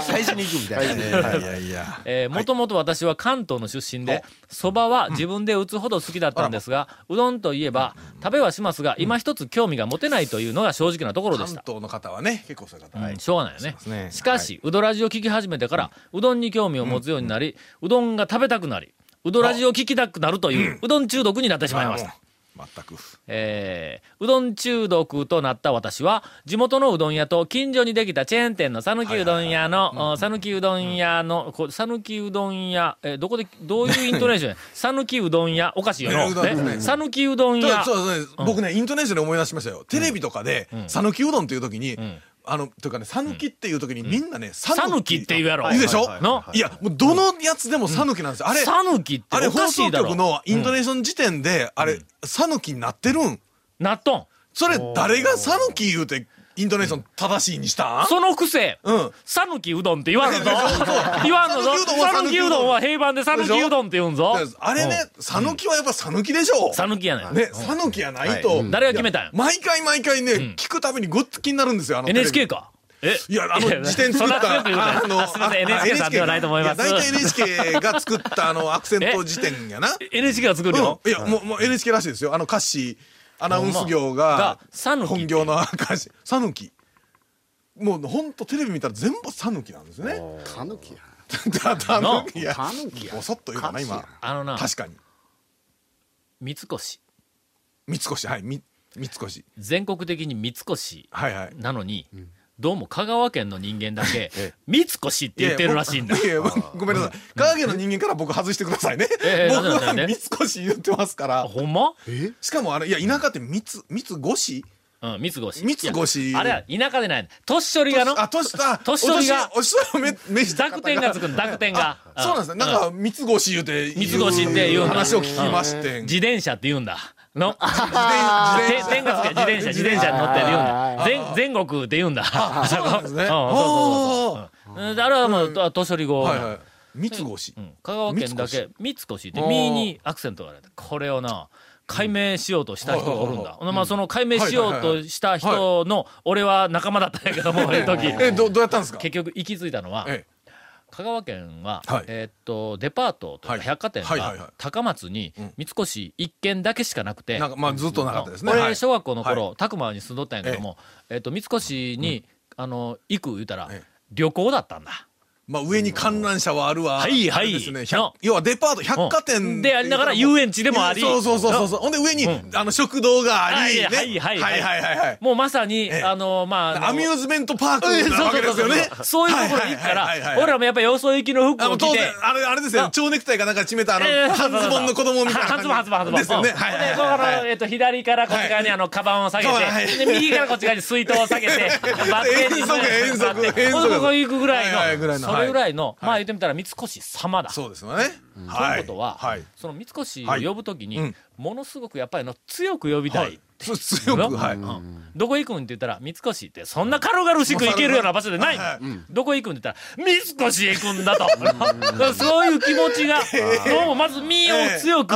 Speaker 4: 最初に行くみたいなね。はい
Speaker 3: いやいや。
Speaker 1: えー、もともと私は関東の出身で、そばは自分で打つほど好きだったんですが、うどんといえば、食べはしますが、今一つ興味が持てないというのが正直なところで
Speaker 3: 関
Speaker 1: した。
Speaker 3: 東の方はね、結構そういう方。
Speaker 1: うん、しょうがないよね
Speaker 3: すね
Speaker 1: しかし、うどラジを聞き始めてから、うどんに興味を持つようになり、うどんが食べたくなり、うどラジを聞きたくなるという、うどん中毒になってしまいました。
Speaker 3: あもう。全く。
Speaker 1: えーうどん中毒となった私は、地元のうどん屋と近所にできたチェーン店の讃岐うどん屋の、讃岐うどん屋の、こう讃岐うどん屋、えーどこで、どういうイントネーショ ンや讃岐うどん屋、おかしいよ
Speaker 3: ねうどんです
Speaker 1: な。
Speaker 3: ね
Speaker 1: ね讃岐うどん
Speaker 3: そう
Speaker 1: 屋。
Speaker 3: そうそう僕ね、イントネーションで思い出しましたよ。テレビとかで、讃岐うどんっていう時に、あの、というかね、讃岐っていう時にみんなね、
Speaker 1: 讃岐って言うやろ。
Speaker 3: いいでしょ
Speaker 1: はいの、
Speaker 3: いや、もうどのやつでも讃岐なんですよ。あれ、
Speaker 1: 讃岐って
Speaker 3: あれ
Speaker 1: おか
Speaker 3: 放
Speaker 1: しい
Speaker 3: 送
Speaker 1: だろ。
Speaker 3: 局のイントネーション時点で、あれ、讃岐になってるん
Speaker 1: なっとん。
Speaker 3: それ、誰が讃岐言うて、イントネーション正しいにしたん
Speaker 1: そのくせ、
Speaker 3: うん。
Speaker 1: さぬきうどんって言わんのぞ
Speaker 3: そうそう。
Speaker 1: 言わんのぞ。さ
Speaker 3: さ
Speaker 1: ぬ
Speaker 3: ぬ
Speaker 1: き
Speaker 3: き
Speaker 1: う
Speaker 3: う
Speaker 1: ど
Speaker 3: ど
Speaker 1: ん
Speaker 3: ん
Speaker 1: は
Speaker 3: は
Speaker 1: 定番でさぬきうどんって言うんぞ
Speaker 3: だか。らあれね、讃岐はやっぱ讃岐でしょ
Speaker 1: さぬきやねん。
Speaker 3: ね、讃岐やないと。
Speaker 1: 誰が決めたんや
Speaker 3: 毎回毎回ね、聞くたびにごっつ気になるんですよ、あのテレビ。
Speaker 1: NHK か。え
Speaker 3: いや、あの、時点作っ
Speaker 1: そんな強
Speaker 3: た、
Speaker 1: く言うなよあすいません、NHK さんではないと思います。
Speaker 3: 大体 NHK が作った、あの、アクセント辞典やな。う
Speaker 1: NHK が作るよ。
Speaker 3: ん。いや、もう、もう NHK らしいですよ。あの、歌詞、アナウンス業
Speaker 1: が、
Speaker 3: が
Speaker 1: 讃岐
Speaker 3: 本業の歌詞、さぬき。もう、ほんとテレビ見たら全部さぬきなんですね。
Speaker 5: タヌキや。
Speaker 3: だ、たぬきや。
Speaker 5: タヌキや
Speaker 3: ぼ。そっと言うかな、今。
Speaker 1: あのな、
Speaker 3: 確かに。
Speaker 1: 三越。
Speaker 3: 三越、はい、み三越。
Speaker 1: 全国的に三越
Speaker 3: はいはい。
Speaker 1: なのに、どうも香川県の人間だ け三越って言ってるらしいんだ
Speaker 3: いやいや僕ごめんなさい香川県の人間から僕外してくださいね
Speaker 1: ええ
Speaker 3: 僕
Speaker 1: なんでな
Speaker 3: は
Speaker 1: んで
Speaker 3: 三越言ってますか
Speaker 1: あ
Speaker 3: ら
Speaker 1: ほんま
Speaker 3: しかもあれいや田舎って三つ三つ越し
Speaker 1: うん三越
Speaker 3: 三越
Speaker 1: いやあれは田舎でない年寄りがの
Speaker 3: あ年あ
Speaker 1: 年寄りが
Speaker 3: お年寄りの目目した
Speaker 1: 濁
Speaker 3: 方
Speaker 1: 点がつくの濁点が
Speaker 3: あそうなんですねなんか三越言うて
Speaker 1: 三越って言うんだ
Speaker 3: 話を聞きまして
Speaker 1: 自転車って言うんだ の
Speaker 3: 自
Speaker 1: て点がつくから自転車自転車に乗ってって言うんだ全全国って言うんだ
Speaker 3: あそうなんですね
Speaker 1: うん
Speaker 3: あ
Speaker 1: うんあれはもうと年寄り
Speaker 3: あ
Speaker 1: 語
Speaker 3: はいはい三越
Speaker 1: うん香川県だけ三越って「み」にアクセントがあるこれをな解明しようとした人がおるんだ、まあ、その解明しようとした人の俺は仲間だったんやけどもあの時
Speaker 3: えどどうやったんですか
Speaker 1: 結局行き着いたのは
Speaker 3: え
Speaker 1: 香川県は、
Speaker 3: はい
Speaker 1: えーっとデパートと
Speaker 3: は
Speaker 1: か
Speaker 3: い
Speaker 1: 百貨店
Speaker 3: はいはいはい
Speaker 1: が高松に
Speaker 3: ん
Speaker 1: 三越一軒だけしかなくて、
Speaker 3: えなんかまあずっとなかったですね
Speaker 1: 俺、
Speaker 3: はい
Speaker 1: 小学校の頃、宅間に住んどったんやけども、えっと三越に、あの行く言うたら、
Speaker 3: ええ
Speaker 1: 旅行だったんだ。
Speaker 3: まあ上に観覧車はあるわ。
Speaker 1: はいはい
Speaker 3: あれですね。
Speaker 1: の
Speaker 3: 百要はデパート、百貨店
Speaker 1: でありながら遊園地でもあり
Speaker 3: そうそうそうそうそう。ほんで上にあの食堂がありね。
Speaker 1: あいやはいはいはい
Speaker 3: はいはいはい
Speaker 1: もうまさに、
Speaker 3: ええ
Speaker 1: あのまああの
Speaker 3: アミューズメントパーク
Speaker 1: そう
Speaker 3: なわ
Speaker 1: そう
Speaker 3: けです
Speaker 1: そ
Speaker 3: よ
Speaker 1: う
Speaker 3: ね
Speaker 1: そ。うそういうところに行くから、
Speaker 3: はいはいはいはい
Speaker 1: 俺らもやっぱよそ行きの
Speaker 3: あ
Speaker 1: 服
Speaker 3: の
Speaker 1: を
Speaker 3: 当
Speaker 1: 着て
Speaker 3: 然あれあれですよ
Speaker 1: あ
Speaker 3: ね。蝶ネクタイかなんか締めたあの
Speaker 1: ええそうそう
Speaker 3: 半
Speaker 1: そう
Speaker 3: ズボンの子供みたいな
Speaker 1: 半
Speaker 3: 感
Speaker 1: ズ
Speaker 3: じ。
Speaker 1: ボン半ズボン半ズボン
Speaker 3: ですよね。
Speaker 1: うん
Speaker 3: はい
Speaker 1: ほん
Speaker 3: は
Speaker 1: でここの、
Speaker 3: いはい。
Speaker 1: えっと左からこっち側にあのカバンを下げて、
Speaker 3: そうはい
Speaker 1: で右からこっち側に水筒を 下げてバッテリーに
Speaker 3: 遠足遠足遠足
Speaker 1: ほんでここ行くぐらいの,、
Speaker 3: はいはいぐらいの
Speaker 1: それぐらいの、
Speaker 3: はい
Speaker 1: まあ言ってみたら三越様だ。
Speaker 3: そうですよね。
Speaker 1: と
Speaker 3: はいいう
Speaker 1: ことは、
Speaker 3: はい。
Speaker 1: その三越を呼ぶときに、
Speaker 3: はいうん
Speaker 1: ものすごくやっぱりあの強く呼びたい。
Speaker 3: はいそう強くはい。
Speaker 1: うんどこ行くんって言ったら三越ってそんな軽々しく行けるような場所でない、どこ行くんって言ったら三越へ行くんだと だからそういう気持ちがどうもまず身を強く、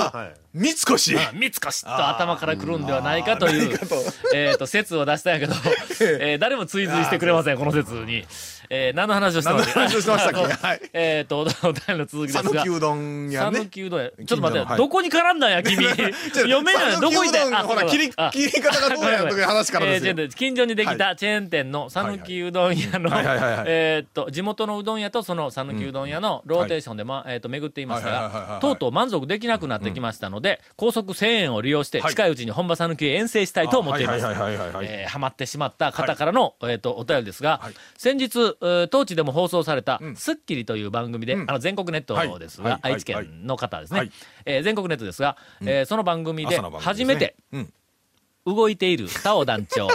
Speaker 3: 三越。
Speaker 1: あ三越と頭からくるんではないかという
Speaker 3: かと
Speaker 1: えーと説を出したんや けど、えー誰も追随してくれませんこの説に、えー何の話をして
Speaker 3: 何
Speaker 1: ま
Speaker 3: の
Speaker 1: したっ
Speaker 3: 話をしてましたっけ。はい。
Speaker 1: け えっとお便りの続きです
Speaker 3: 讃
Speaker 1: が
Speaker 3: 岐うどん屋
Speaker 1: 讃
Speaker 3: ね。
Speaker 1: 岐うどんやちょっと待って、
Speaker 3: 近所のはい
Speaker 1: どこに絡んだん や君読めない
Speaker 3: 讃
Speaker 1: ど
Speaker 3: 岐
Speaker 1: こ行っ
Speaker 3: う
Speaker 1: た
Speaker 3: ど
Speaker 1: んや
Speaker 3: んの
Speaker 1: あ
Speaker 3: ほら切り
Speaker 1: あ
Speaker 3: 切り方がどうやとかいう話から
Speaker 1: えー
Speaker 3: です
Speaker 1: ちょ
Speaker 3: よ
Speaker 1: っ。と近所にできたチェーン店の讃岐うどん屋の、
Speaker 3: はいはいはいはい
Speaker 1: えーっと、地元のうどん屋とその讃岐うどん屋のローテーションで、まえーっと、巡っていました
Speaker 3: はいはいはいはいは
Speaker 1: が、
Speaker 3: い
Speaker 1: とうとう満足できなくなってきましたので、高速1000円を利用して、
Speaker 3: はい
Speaker 1: 近いうちに本場讃岐へ遠征したいと思っています。
Speaker 3: はいはいはいはいはいはい
Speaker 1: えーハマってしまった方からの、えーっと、お便りですが、
Speaker 3: はい
Speaker 1: 先日、えー当地でも放送された、
Speaker 3: ん
Speaker 1: スッキリという番組で、
Speaker 3: うん
Speaker 1: あの、全国ネットです
Speaker 3: は
Speaker 1: が
Speaker 3: い、はい
Speaker 1: 愛知県の方ですね、
Speaker 3: はい
Speaker 1: えー全国ネットですが、えーその番組で
Speaker 3: 朝の番組で
Speaker 1: 初
Speaker 3: すね
Speaker 1: めて、
Speaker 3: うん
Speaker 1: 動いている田尾団 長、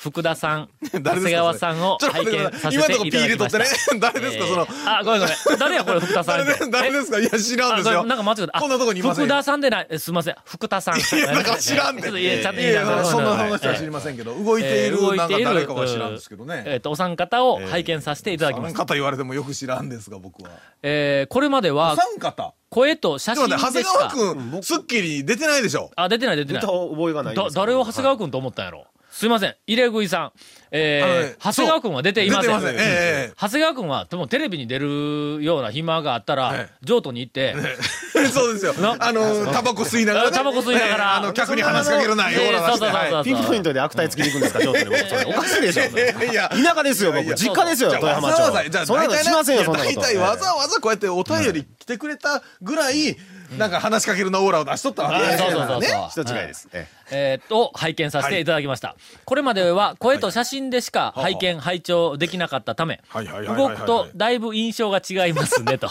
Speaker 1: 福田さん、長
Speaker 3: 誰ですか
Speaker 1: 谷川さんを
Speaker 3: ちょっと
Speaker 1: 拝
Speaker 3: 待ってくだ
Speaker 1: 見
Speaker 3: さ
Speaker 1: させ
Speaker 3: い。今のと
Speaker 1: て
Speaker 3: こ
Speaker 1: い
Speaker 3: ピ
Speaker 1: た
Speaker 3: ー
Speaker 1: だ
Speaker 3: 入れ
Speaker 1: きましてた
Speaker 3: とっね。。誰ですか、その
Speaker 1: え。ーあ、ごめんごめん。誰やこれ、福田さん
Speaker 3: 誰
Speaker 1: って
Speaker 3: で。誰ですかいや、知らん
Speaker 1: あ
Speaker 3: です
Speaker 1: ご
Speaker 3: よ
Speaker 1: めん。なんか間違えた。あ
Speaker 3: こんなとこにいません
Speaker 1: 福
Speaker 3: よ
Speaker 1: 田さんでない。えすみません。福田さん。
Speaker 3: いや、だから知らんで。
Speaker 1: ちょっといやちゃんと
Speaker 3: いやいやそんな
Speaker 1: ごめんごめん
Speaker 3: 話は知りませんけど、動いてい
Speaker 1: えー
Speaker 3: る、
Speaker 1: 動い
Speaker 3: なん
Speaker 1: て
Speaker 3: か
Speaker 1: いる
Speaker 3: 誰かは知らんですけど
Speaker 1: え
Speaker 3: ね。
Speaker 1: っと、お三方を拝見させていただき
Speaker 3: お
Speaker 1: ま
Speaker 3: 三
Speaker 1: した。
Speaker 3: 方言われてもよく知らんですが、僕は。
Speaker 1: えーこれまで
Speaker 3: お
Speaker 1: は、
Speaker 3: 三方
Speaker 1: 声と写
Speaker 3: ちょ
Speaker 1: 真
Speaker 3: っと
Speaker 1: で
Speaker 3: 待って、
Speaker 1: し
Speaker 3: 長
Speaker 1: か。
Speaker 3: 谷川くん、スッキリに出てないでしょ。
Speaker 1: あ、出てない出て
Speaker 4: 出
Speaker 1: ない
Speaker 4: た。覚えがない
Speaker 1: だ
Speaker 4: ですけど
Speaker 1: 誰を長谷川君と思ったんやろすいません入れ食いさん、
Speaker 3: あの
Speaker 1: え
Speaker 3: ね
Speaker 1: ー、長谷川君は出ていません
Speaker 3: そう出ていませんええええ
Speaker 1: 長谷川君はでもテレビに出るような暇があったら、
Speaker 3: はい
Speaker 1: 譲渡に行 って、
Speaker 3: そうですよ
Speaker 1: な。
Speaker 3: あの、タバコ吸いながらね。
Speaker 1: タバコ吸いながら
Speaker 3: ええあの、客に話しかけるな、ような
Speaker 1: そうそ
Speaker 3: 話
Speaker 1: うそうそう
Speaker 4: ピンポイントで悪態つきに行くんで すか、ちょっとね僕それおかしいでしょ。それ
Speaker 3: いやいや。
Speaker 4: 田舎ですよ、
Speaker 3: い
Speaker 4: 僕。
Speaker 3: や
Speaker 4: 実家ですよ、
Speaker 3: じゃあ
Speaker 4: 富山
Speaker 3: わざわざ、じゃあ
Speaker 4: 町。そん
Speaker 3: 大
Speaker 4: なの
Speaker 3: 体
Speaker 4: し
Speaker 3: ね
Speaker 4: ませんよ、そん
Speaker 3: い
Speaker 4: な
Speaker 3: や
Speaker 4: こと。
Speaker 3: 大体わざわざこうやってお便り来てくれたぐらい、なんか話しかけるのオーラを出しとったわけ
Speaker 1: あ
Speaker 3: です
Speaker 1: そう
Speaker 3: よ
Speaker 1: そうそうそう、
Speaker 3: ね
Speaker 4: 人違いです。ええ
Speaker 1: えー、と拝見させていただきました、これまでは声と写真でしか拝見、拝聴できなかったため
Speaker 3: はいはいはいはい
Speaker 1: 動
Speaker 3: はい
Speaker 1: くとだいぶ印象が違いますねと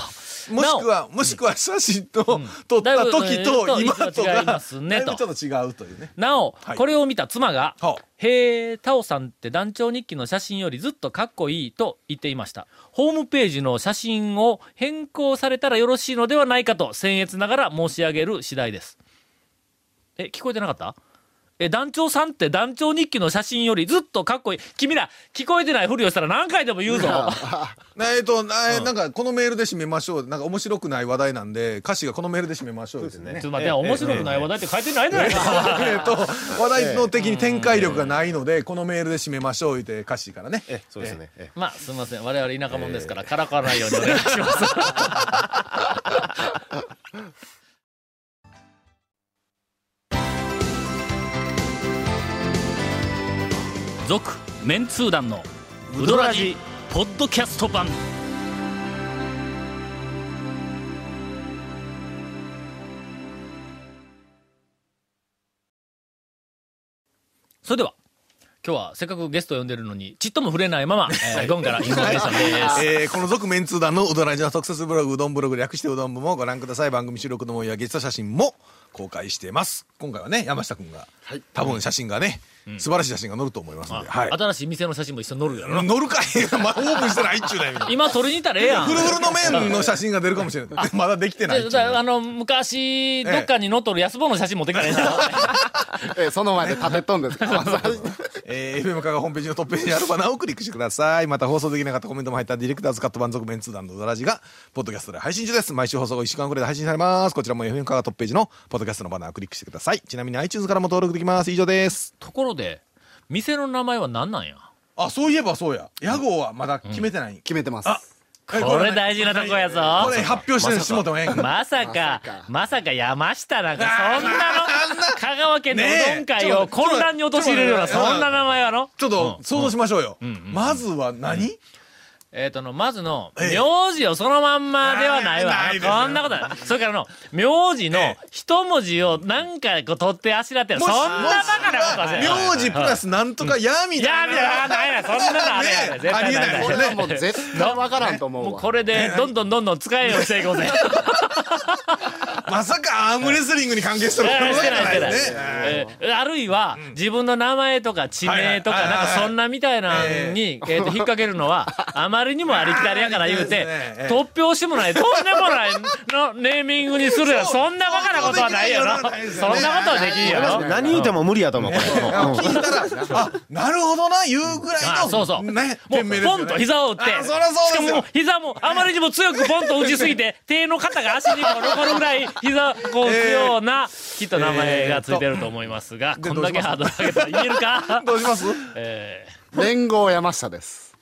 Speaker 3: もしくは、もしくは写真と、撮った時
Speaker 1: だい
Speaker 3: と、
Speaker 1: ぶ
Speaker 3: 今と
Speaker 1: いや違
Speaker 3: が、
Speaker 1: いますね
Speaker 3: だいぶ
Speaker 1: と
Speaker 3: ちょっと違うというね。
Speaker 1: なお、
Speaker 3: はい
Speaker 1: これを見た妻が
Speaker 3: はあ
Speaker 1: 「へえタオさんって団長日記の写真よりずっとかっこいい」と言っていましたホームページの写真を変更されたらよろしいのではないかと僭越ながら申し上げる次第ですえ聞こえてなかったえ団長さんって団長日記の写真よりずっとかっこいい君ら聞こえてないふりをしたら何回でも 言うぞ
Speaker 3: えっと、なえなんか、このメールで締めましょう。なんか、面白くない話題なんで、歌詞がこのメールで締めましょうですね
Speaker 1: ちょっと待って面白くない話題って書いてないんじゃないか
Speaker 3: えっと、話題の的に展開力がないので、このメールで締めましょう、言って歌詞からね。
Speaker 4: ええ、そうですね。ええ
Speaker 1: まあすみません我々田舎者ですからからかわないようにお願いします続メンツー団のウドラジポッドキャスト版それでは今日はせっかくゲスト呼んでるのに、ちっとも触れないまま、えー、ゴンからインフォメーションです。
Speaker 3: えーこの続メンツー団のうどらじの特設ブログ、うどんブログ略してうどん部もご覧ください。番組収録の模様やゲスト写真も公開してます。今回はね、山下くんが、多分写真がね、素晴らしい写真が載ると思いますので、はい。
Speaker 1: 新しい店の写真も一緒に載るやろな。
Speaker 3: 乗るかい まあオープンしてないっちゅうねん。
Speaker 1: 今撮りに行ったらええやん。
Speaker 3: フルフルの麺の写真が出るかもしれない。 まだできてないっちゅう
Speaker 1: じ
Speaker 3: ね
Speaker 1: ゃあ
Speaker 3: ん。
Speaker 1: あの、昔、どっかに載っとる安坊の写真持ってきたらええやん。
Speaker 5: えその前で立てとんで すか
Speaker 3: えー、FM カがホームページのトップページにあるバナーをクリックしてください。また放送できなかったコメントも入ったディレクターズカット満足メンツー団のうどらじが、ポッドキャストで配信中です。毎週放送後1週間くらいで配信されます。こちらも FM カがトップページのポッドキャストのバナーをクリックしてください。ちなみに iTunes からも登録できます。以上です。
Speaker 1: ところで、店の名前は何なんや
Speaker 3: あ、そういえばそうや。屋号はまだ決めてない。
Speaker 5: 決めてます
Speaker 3: あえ
Speaker 1: これ大事なとこやぞ。
Speaker 3: これ発表してしもてもええんか
Speaker 1: まさか、まさか山下なんか、そんなの、香川県のうどん会を混乱に陥れるような、
Speaker 3: ねえちょっと
Speaker 1: そんな名前やろ
Speaker 3: ちょっと想像しましょうよ。まずは何
Speaker 1: えっ、との、まずの、
Speaker 3: ええ
Speaker 1: 名字をそのまんまではないわ
Speaker 3: あーない。ですよ
Speaker 1: こんなことない。それからの、名字の
Speaker 3: え
Speaker 1: 一文字をなんかこう取ってあしらってる。そんなバカなことはせん
Speaker 3: 名字プラスなんとかやみ
Speaker 1: いや
Speaker 3: た
Speaker 1: ー、み
Speaker 3: い
Speaker 1: たいな、あ
Speaker 3: な。
Speaker 1: ーないない、そんなのあれや
Speaker 3: ね
Speaker 1: ね
Speaker 3: え
Speaker 1: 絶対ない
Speaker 3: ありえない
Speaker 1: ない
Speaker 5: これはもう絶対わからんと思うわ
Speaker 1: もうこれで、どんどんどんどん使えようにしていこうぜ。
Speaker 3: まさかアームレスリングに関係しとる
Speaker 1: いやして
Speaker 3: じ
Speaker 1: ないしてない
Speaker 3: ですね。
Speaker 1: えーあるいは、自分の名前とか地名とか、
Speaker 3: はいはい
Speaker 1: なんかそんなみたいなのに、えー と引っ掛けるのは、あまりに もありきたりやから言う
Speaker 3: あ
Speaker 1: て
Speaker 3: ーありきたりで、すねえ
Speaker 1: 突拍子もない、とんでもないのネーミングにするや そんなバカなことはないやろ。
Speaker 3: そう
Speaker 1: そんなことはできんやろ。
Speaker 4: 何言うても無理やと思う、これ。
Speaker 3: 聞いたら、あ、なるほどな、言うぐらい
Speaker 1: あ
Speaker 3: の。
Speaker 1: そうそう。
Speaker 3: ね、
Speaker 1: も
Speaker 3: 店名で
Speaker 1: う、
Speaker 3: すよ
Speaker 1: ポ
Speaker 3: ね
Speaker 1: ンと膝を打って、
Speaker 3: あそらそうで
Speaker 1: し
Speaker 3: す
Speaker 1: かも
Speaker 3: よ。
Speaker 1: 膝もあまりにも強くポンと打ちすぎ て、手の肩が足にも残るぐらい、膝、こう、打つような、きっと名前がついてると思いますが、
Speaker 3: で
Speaker 1: こんだけハードル上げたら言えるか
Speaker 3: どうします
Speaker 1: え
Speaker 5: 連合山下です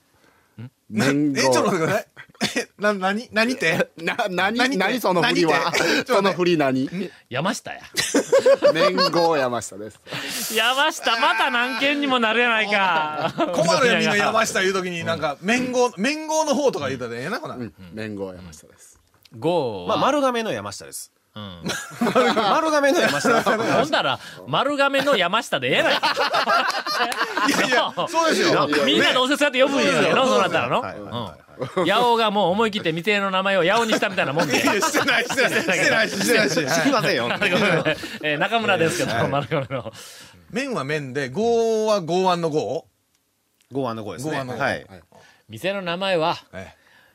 Speaker 5: 連
Speaker 3: え、ちょっと待っ
Speaker 5: 合
Speaker 3: てください。え、な、なに、なにって
Speaker 5: な何
Speaker 3: 何
Speaker 5: 何その振りは
Speaker 3: 何って
Speaker 5: その振り何
Speaker 1: ー山下や。
Speaker 5: 連合山下です
Speaker 1: 山下、また何件にもなるやないか。
Speaker 3: 困るよ、みんな山下言うときに、なんか、面号、面号の方とか言うたらええな、こな。
Speaker 5: 連合山下です
Speaker 1: ゴー
Speaker 4: まあ、
Speaker 1: は。
Speaker 4: 丸亀の山下です。丸亀の山下です。
Speaker 1: ほんだ ら、丸亀の山下でええないか。
Speaker 3: いや いや、そうですよ。
Speaker 1: みんなどうせそうやって呼ぶんやろ、そうなったらの。うん八尾がもう思い切って未定の名前を八尾にしたみたいなもんで。
Speaker 3: いやしてない、してない、してないし、してないし。はい
Speaker 4: すいませんよ。
Speaker 1: えー中村ですけど、丸亀の。
Speaker 3: 麺は麺で、号は剛腕の号
Speaker 4: ゴアのゴですね。
Speaker 3: 剛腕の剛
Speaker 4: はい。
Speaker 1: 店の名前は、
Speaker 3: え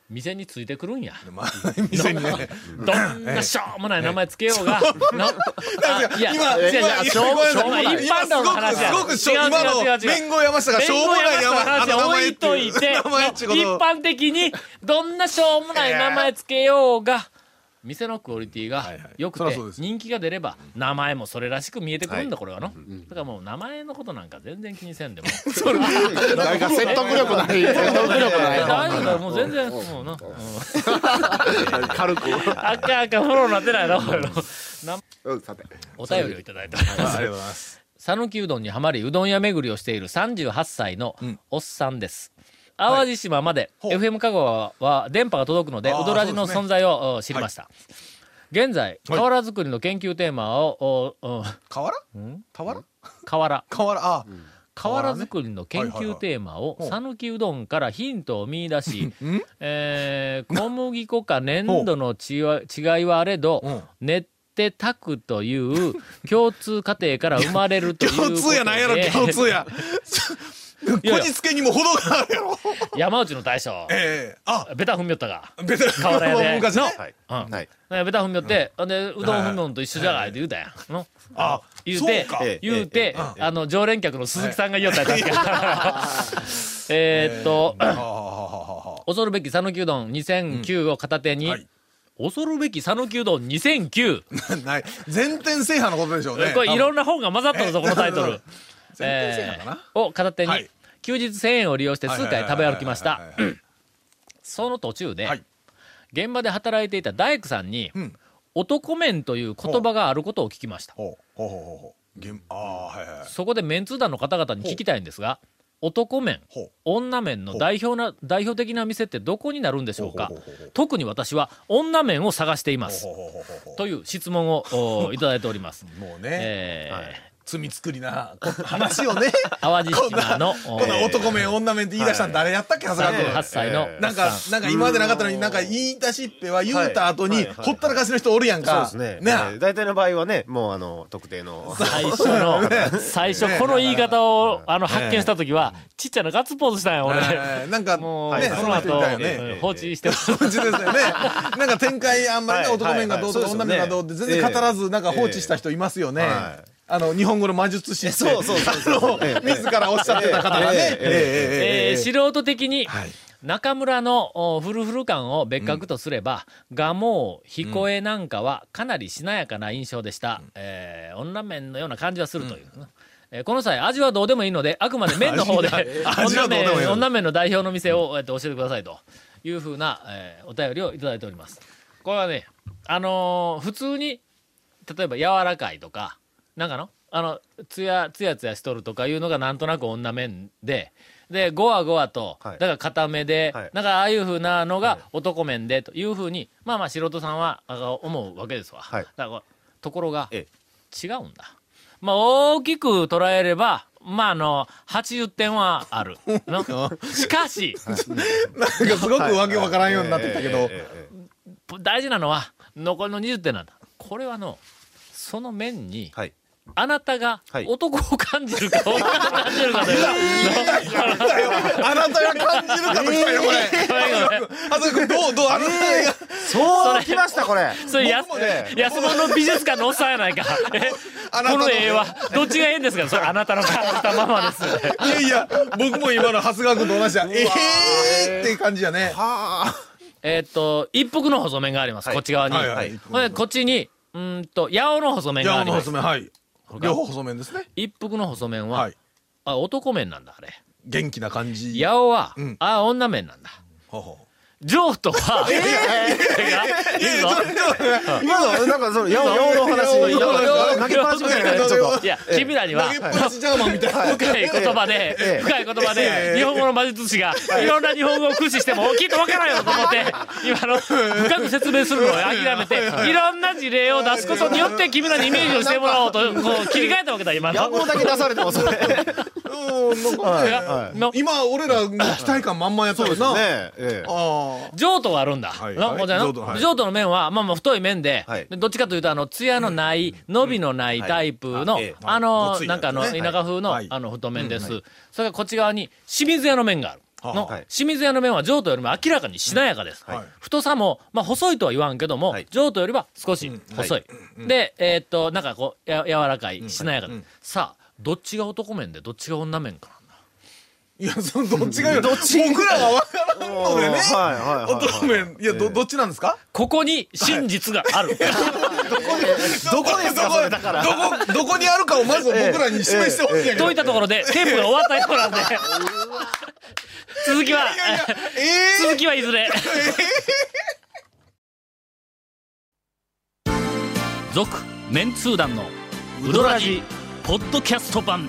Speaker 1: 店についてくるんや。
Speaker 3: え。まあ、店にね。
Speaker 1: どんなしょうもない名前つけようが。なあいや、
Speaker 3: 今、
Speaker 1: 違う違う
Speaker 3: 今
Speaker 1: しょうもしょうもない。
Speaker 3: 今
Speaker 1: 一般論の話や。
Speaker 3: すごく、すごくしょ、
Speaker 1: 違う
Speaker 3: 今
Speaker 1: 違う違
Speaker 3: の
Speaker 1: う違う、
Speaker 3: 弁護山下がしょうもない
Speaker 1: 弁護山
Speaker 3: 山、
Speaker 1: 下の話は
Speaker 3: 名
Speaker 1: 置
Speaker 3: 前っ
Speaker 1: い
Speaker 3: て
Speaker 1: と
Speaker 3: い
Speaker 1: いうて、
Speaker 3: 名前っちゅう
Speaker 1: 一
Speaker 3: こと。
Speaker 1: 般的に、どんなしょうもない名前つけようが、店のクオリティが
Speaker 3: いはい
Speaker 1: 良く
Speaker 3: そり
Speaker 1: て
Speaker 3: ゃそうです
Speaker 1: 人気が出れば名前もそれらしく見えてくるんだこれはのだからもう名前のことなんか全然気にせんでも
Speaker 5: なんか説得力 ない説得力ない
Speaker 1: 大丈夫だよもう全然もうな
Speaker 5: 軽く
Speaker 1: あかんあかんフォローなってないなこれの
Speaker 5: うんさて
Speaker 1: お便りをいただいております
Speaker 3: ありがとうございます。
Speaker 1: 讃岐うどんにはまりうどん屋巡りをしている38歳のおっさんです、淡路島まで、
Speaker 3: ほう
Speaker 1: FM 香川は電波が届くので
Speaker 3: あー
Speaker 1: うどらじの
Speaker 3: そう
Speaker 1: 存
Speaker 3: ですね
Speaker 1: 在を、お知りました、現在瓦作りの研究テーマをおお
Speaker 3: 瓦俵
Speaker 1: 瓦
Speaker 3: 瓦、あ、
Speaker 1: 瓦作りの研究テーマを
Speaker 3: はいはい
Speaker 1: 讃岐うどんからヒントを見出し
Speaker 3: うん、
Speaker 1: えー小麦粉か粘土のちわ違いはあれ
Speaker 3: う
Speaker 1: ど
Speaker 3: ん、
Speaker 1: 練って炊くという 共通過程から生まれるということで
Speaker 3: 共通やな いやろ、共通や。
Speaker 1: いや
Speaker 3: こじつけにも程があるや ろ。
Speaker 1: 山内の大将、
Speaker 3: ええ、あ、
Speaker 1: ベタ踏みよったが。
Speaker 3: ベテラン
Speaker 1: 瓦屋で
Speaker 3: 昔の。
Speaker 1: うん
Speaker 4: はい
Speaker 1: ねベタ踏みよって、ほんで、うどん踏みよんと一緒じゃないって言うたやん。の
Speaker 3: あ、
Speaker 1: 言う
Speaker 3: そう
Speaker 1: て
Speaker 3: か。、
Speaker 4: ええ
Speaker 1: 言うて、
Speaker 3: え
Speaker 1: あの、常連客の鈴木さんが言おったやん確か えーっと、
Speaker 3: はあはあはあはあ
Speaker 1: 恐るべき讃岐うどん2009を片手に、
Speaker 3: はい
Speaker 1: 恐るべき讃岐うどん2009。
Speaker 3: ない。全店制覇のことでしょうね。
Speaker 1: これいろん
Speaker 3: な。
Speaker 1: な本が混ざったぞ、このタイト ル。
Speaker 3: 全店制覇かな。
Speaker 1: を片手に、
Speaker 3: はい
Speaker 1: 休日1000円を利用して数回食べ歩きまし
Speaker 3: は
Speaker 1: た
Speaker 3: い。はいはいはい
Speaker 1: その途中で、
Speaker 3: はい
Speaker 1: 現場で働いていた大工さんに、
Speaker 3: うん
Speaker 1: 男麺という言葉があることを聞きました。
Speaker 3: ほうほうほうほうほう。げんああ、はいはい。
Speaker 1: そこでメンツー団の方々に聞きたいんですが、男麺
Speaker 3: ほう、
Speaker 1: 女麺の代表な、代表的な店ってどこになるんでしょうか
Speaker 3: ほうほうほうほう
Speaker 1: 特に私は女麺を探しています。
Speaker 3: ほうほうほうほうほう
Speaker 1: という質問をおいただいております。
Speaker 3: もうね。
Speaker 1: えー
Speaker 3: 罪作りなこ話 をね
Speaker 1: 淡路
Speaker 3: こんな
Speaker 1: 島の
Speaker 3: こんな男面女面って言い出したの誰やったっけ長谷川君
Speaker 1: 8歳の
Speaker 3: なんか、なんか今までなかったのに、なんか言い出しっぺは言うた後
Speaker 4: は
Speaker 3: に、
Speaker 4: いはいはい
Speaker 3: ほったらかしの人おるやん
Speaker 4: そう
Speaker 3: か。
Speaker 4: ですね。
Speaker 3: ね
Speaker 4: えー大体の場合はね、もうあの、特定の。
Speaker 1: 最初 の最初この言い方をあの発見した時はちっちゃなガッツポーズしたんや俺
Speaker 3: えーなんか、ね、
Speaker 1: もう
Speaker 3: そ
Speaker 1: そ
Speaker 3: の
Speaker 1: の
Speaker 3: 人い
Speaker 1: 後
Speaker 3: たよね。
Speaker 1: うん放置してます
Speaker 3: 感じですよね。なんか展開あんまりね、
Speaker 4: はい
Speaker 3: 男面がどうとか
Speaker 4: はい
Speaker 3: 女面がどうって
Speaker 4: そうですよね
Speaker 3: 全然語らず、なんか放置した人いますよね
Speaker 4: ええはい。
Speaker 3: あの、日本語の魔術師って。
Speaker 4: そうそうそうそうえ
Speaker 3: あの
Speaker 4: え
Speaker 3: 自らおっしゃってた方がね。え
Speaker 4: えええ
Speaker 1: えー
Speaker 4: え
Speaker 3: ええええ
Speaker 1: 素人的に
Speaker 3: はい
Speaker 1: 中村のおフルフル感を別格とすれば、蒲生彦恵なんかはかなりしなやかな印象でした、えー女麺のような感じはするという、えーこの際味はどうでもいいのであくまで麺の方で
Speaker 3: 味は
Speaker 1: 女
Speaker 3: どうでもいい
Speaker 1: 麺女麺の代表の店を、えっと教えてくださいというふうな、えーお便りをいただいておりますこれはねあのー普通に例えば柔らかいとかなんかのあのつやつやつやしとるとかいうのがなんとなく女面ででゴワゴワと、
Speaker 4: はい
Speaker 1: だから固めで、
Speaker 4: はい
Speaker 1: なんかああいうふうなのが男面でというふうにまあまあ素人さんはあ思うわけですわ、
Speaker 4: はい
Speaker 1: だからこうところが違
Speaker 4: え
Speaker 1: うんだまあ大きく捉えればまああの80点はあるの しかし
Speaker 3: なんかすごくわけわからんようになってきたけど。
Speaker 1: 大事なのは残りの20点なんだこれはのその面に、
Speaker 4: はい
Speaker 1: あなたが
Speaker 4: はい
Speaker 1: 男を感じるか女を感じるかと いう
Speaker 3: あなたが感じるかときたよ、これ。あそこどう、どう、あの、
Speaker 4: そうきました、これ。
Speaker 1: それ安安物の美術館のおっさんやないかえ
Speaker 3: あなた
Speaker 1: こ
Speaker 3: の
Speaker 1: の絵はどっちがええんですかそれあなたの感じたままです
Speaker 3: いやいや、僕も今の長谷川君と同じだ。ええーって感じやね。
Speaker 1: えーっと一服の細麺があります、こっち側に、
Speaker 3: はいはい
Speaker 1: ほんでこっちにうーんと八尾の細麺があ
Speaker 3: 山
Speaker 1: り
Speaker 3: の
Speaker 1: ま
Speaker 3: 細
Speaker 1: す
Speaker 3: 麺、はい。両方細麺ですね。
Speaker 1: 一服の細麺は、
Speaker 3: はい。
Speaker 1: あ男麺なんだあれ
Speaker 3: 元気な感じ。
Speaker 1: 八尾は、
Speaker 3: うん
Speaker 1: あ女麺なんだ
Speaker 3: ほうほう
Speaker 1: 譲渡は、えいいぞ
Speaker 4: 今の、なんかその、やおやおの
Speaker 3: や
Speaker 4: 話、
Speaker 3: お
Speaker 1: やお
Speaker 4: やお投げっぱなしみたいなね、ちょっと。
Speaker 1: いや、君らには、
Speaker 3: 投げっぱなしジャーマンみたいな。
Speaker 1: 深い言葉で、深い言葉で、日本語の魔術師が、いろんな日本語を駆使しても、きっとわからんよと思って、今の、深く説明するのを諦めて、いろんな事例を出すことによって、君らにイメージをしてもらおうと、こう、切り替えたわけだ、今
Speaker 4: や
Speaker 1: の。
Speaker 4: おだけ出されても、それ。
Speaker 3: うん、なんかね
Speaker 1: の
Speaker 3: 今、俺らの期待感満々やったよな。あ
Speaker 4: ねええ
Speaker 3: あ。
Speaker 1: 譲渡があるんだ。
Speaker 3: はい
Speaker 1: の
Speaker 3: はい
Speaker 1: こちらの
Speaker 3: 譲渡はい
Speaker 1: 譲渡の面は、まあまあ太い面で、
Speaker 4: はい
Speaker 1: でどっちかというと、あの、艶のない、伸びのないタイプの
Speaker 4: はいええ、
Speaker 1: あ
Speaker 3: ご
Speaker 1: の
Speaker 3: つ、いや
Speaker 1: なん
Speaker 3: つ
Speaker 1: かあの、
Speaker 3: ね
Speaker 1: 田舎風の
Speaker 3: はい、
Speaker 1: あの、太麺です。それからこっち側に、清水屋の面がある。の
Speaker 4: はい
Speaker 1: 清水屋の面は譲渡よりも明らかにしなやかです。
Speaker 3: はい
Speaker 1: 太さも、まあ、細いとは言わんけども
Speaker 4: はい、
Speaker 1: 譲渡よりは少し細い。で、えーっと、なんかこう、や柔らかい、しなやかで。さあ、どっちが男面で、どっちが女面かなんだ。
Speaker 3: いや、その、どっちがよ、僕らは分からんのでね。
Speaker 4: はいはいはいはい
Speaker 3: 乙女、いや、ど、どっちなんですか
Speaker 1: ここに真実がある。
Speaker 3: どこですか、どこ、どこにあるかをまず僕らに示してほしいんやけど
Speaker 1: といったところ で、テープが終わったようなん で。続きは、続きはいずれ。 続、メンツー団の、ウドラジ、ポッドキャスト版。